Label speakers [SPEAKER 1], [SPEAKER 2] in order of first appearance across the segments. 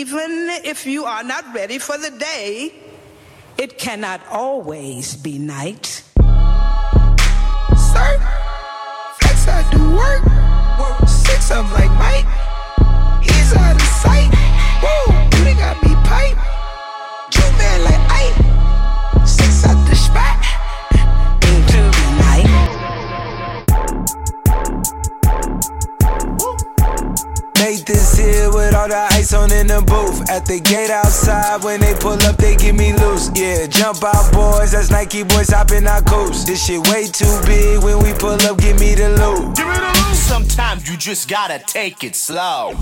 [SPEAKER 1] Even if you are not ready for the day, it cannot always be night.
[SPEAKER 2] Surf, flex, I do work. Work six, I'm like Mike. He's out of sight. Whoa, you done got me pipe. Two man like Ike. Six out the spot. Into the night.
[SPEAKER 3] Made this here with all the ice on in the booth. At the gate outside, when they pull up, they give me loose. Yeah, jump out, boys. That's Nike boys hopping our coast. This shit way too big. When we pull up, give me the loot.
[SPEAKER 4] Sometimes you just gotta take it slow.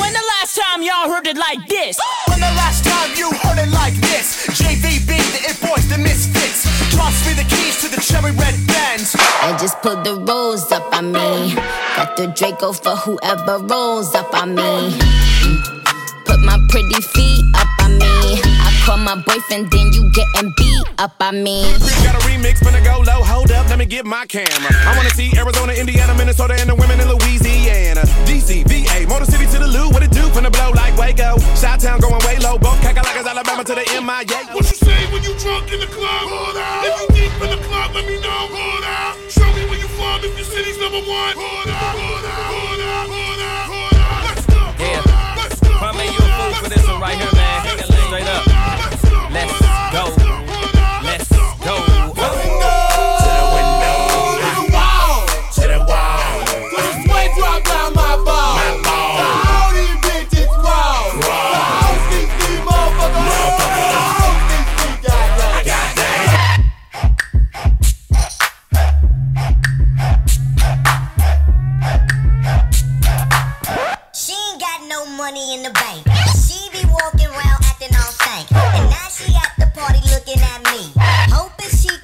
[SPEAKER 5] When the last time y'all heard it like this?
[SPEAKER 4] When the last time you heard it like this? JVB, the it boys, the misfits. Toss me the keys to the cherry red Benz.
[SPEAKER 6] I just put the rolls up on me. Got the Draco for whoever rolls up on me. Put my pretty feet up on me. I call my boyfriend, then you getting beat up on me.
[SPEAKER 7] Got a remix, finna go low. Hold up, let me get my camera. I wanna see Arizona, Indiana, Minnesota, and the women in Louisiana. DC, VA, Motor City to the Lou, what it do? Finna blow like Waco. Shot Town going way low, both Cacalaca's Alabama to the MIA.
[SPEAKER 8] What you say when you drunk in the club? Hold out. If you deep in the club, let me know. Hold out. Show me where you from if your city's number one. Hold out. Hold out. Hold out. Hold out. Hold out. Let's go. Hold
[SPEAKER 9] Yeah.
[SPEAKER 8] out. Let's go.
[SPEAKER 9] Prime
[SPEAKER 8] Hold
[SPEAKER 9] ain't your
[SPEAKER 8] out.
[SPEAKER 9] fool for
[SPEAKER 8] Let's
[SPEAKER 9] this
[SPEAKER 8] go.
[SPEAKER 9] one right here,
[SPEAKER 8] Hold
[SPEAKER 9] man.
[SPEAKER 8] out.
[SPEAKER 9] Hang
[SPEAKER 8] Let's
[SPEAKER 9] it
[SPEAKER 8] go.
[SPEAKER 9] straight up. Let's
[SPEAKER 8] Hold
[SPEAKER 9] go.
[SPEAKER 8] out. Hold out.
[SPEAKER 9] Let's
[SPEAKER 8] Let's go.
[SPEAKER 9] go.
[SPEAKER 8] Hold out. Let's go. Hold out.
[SPEAKER 9] Go.
[SPEAKER 10] She ain't got no money in the bank. She be walking around acting all stank. And now she at the party looking at me. Hoping she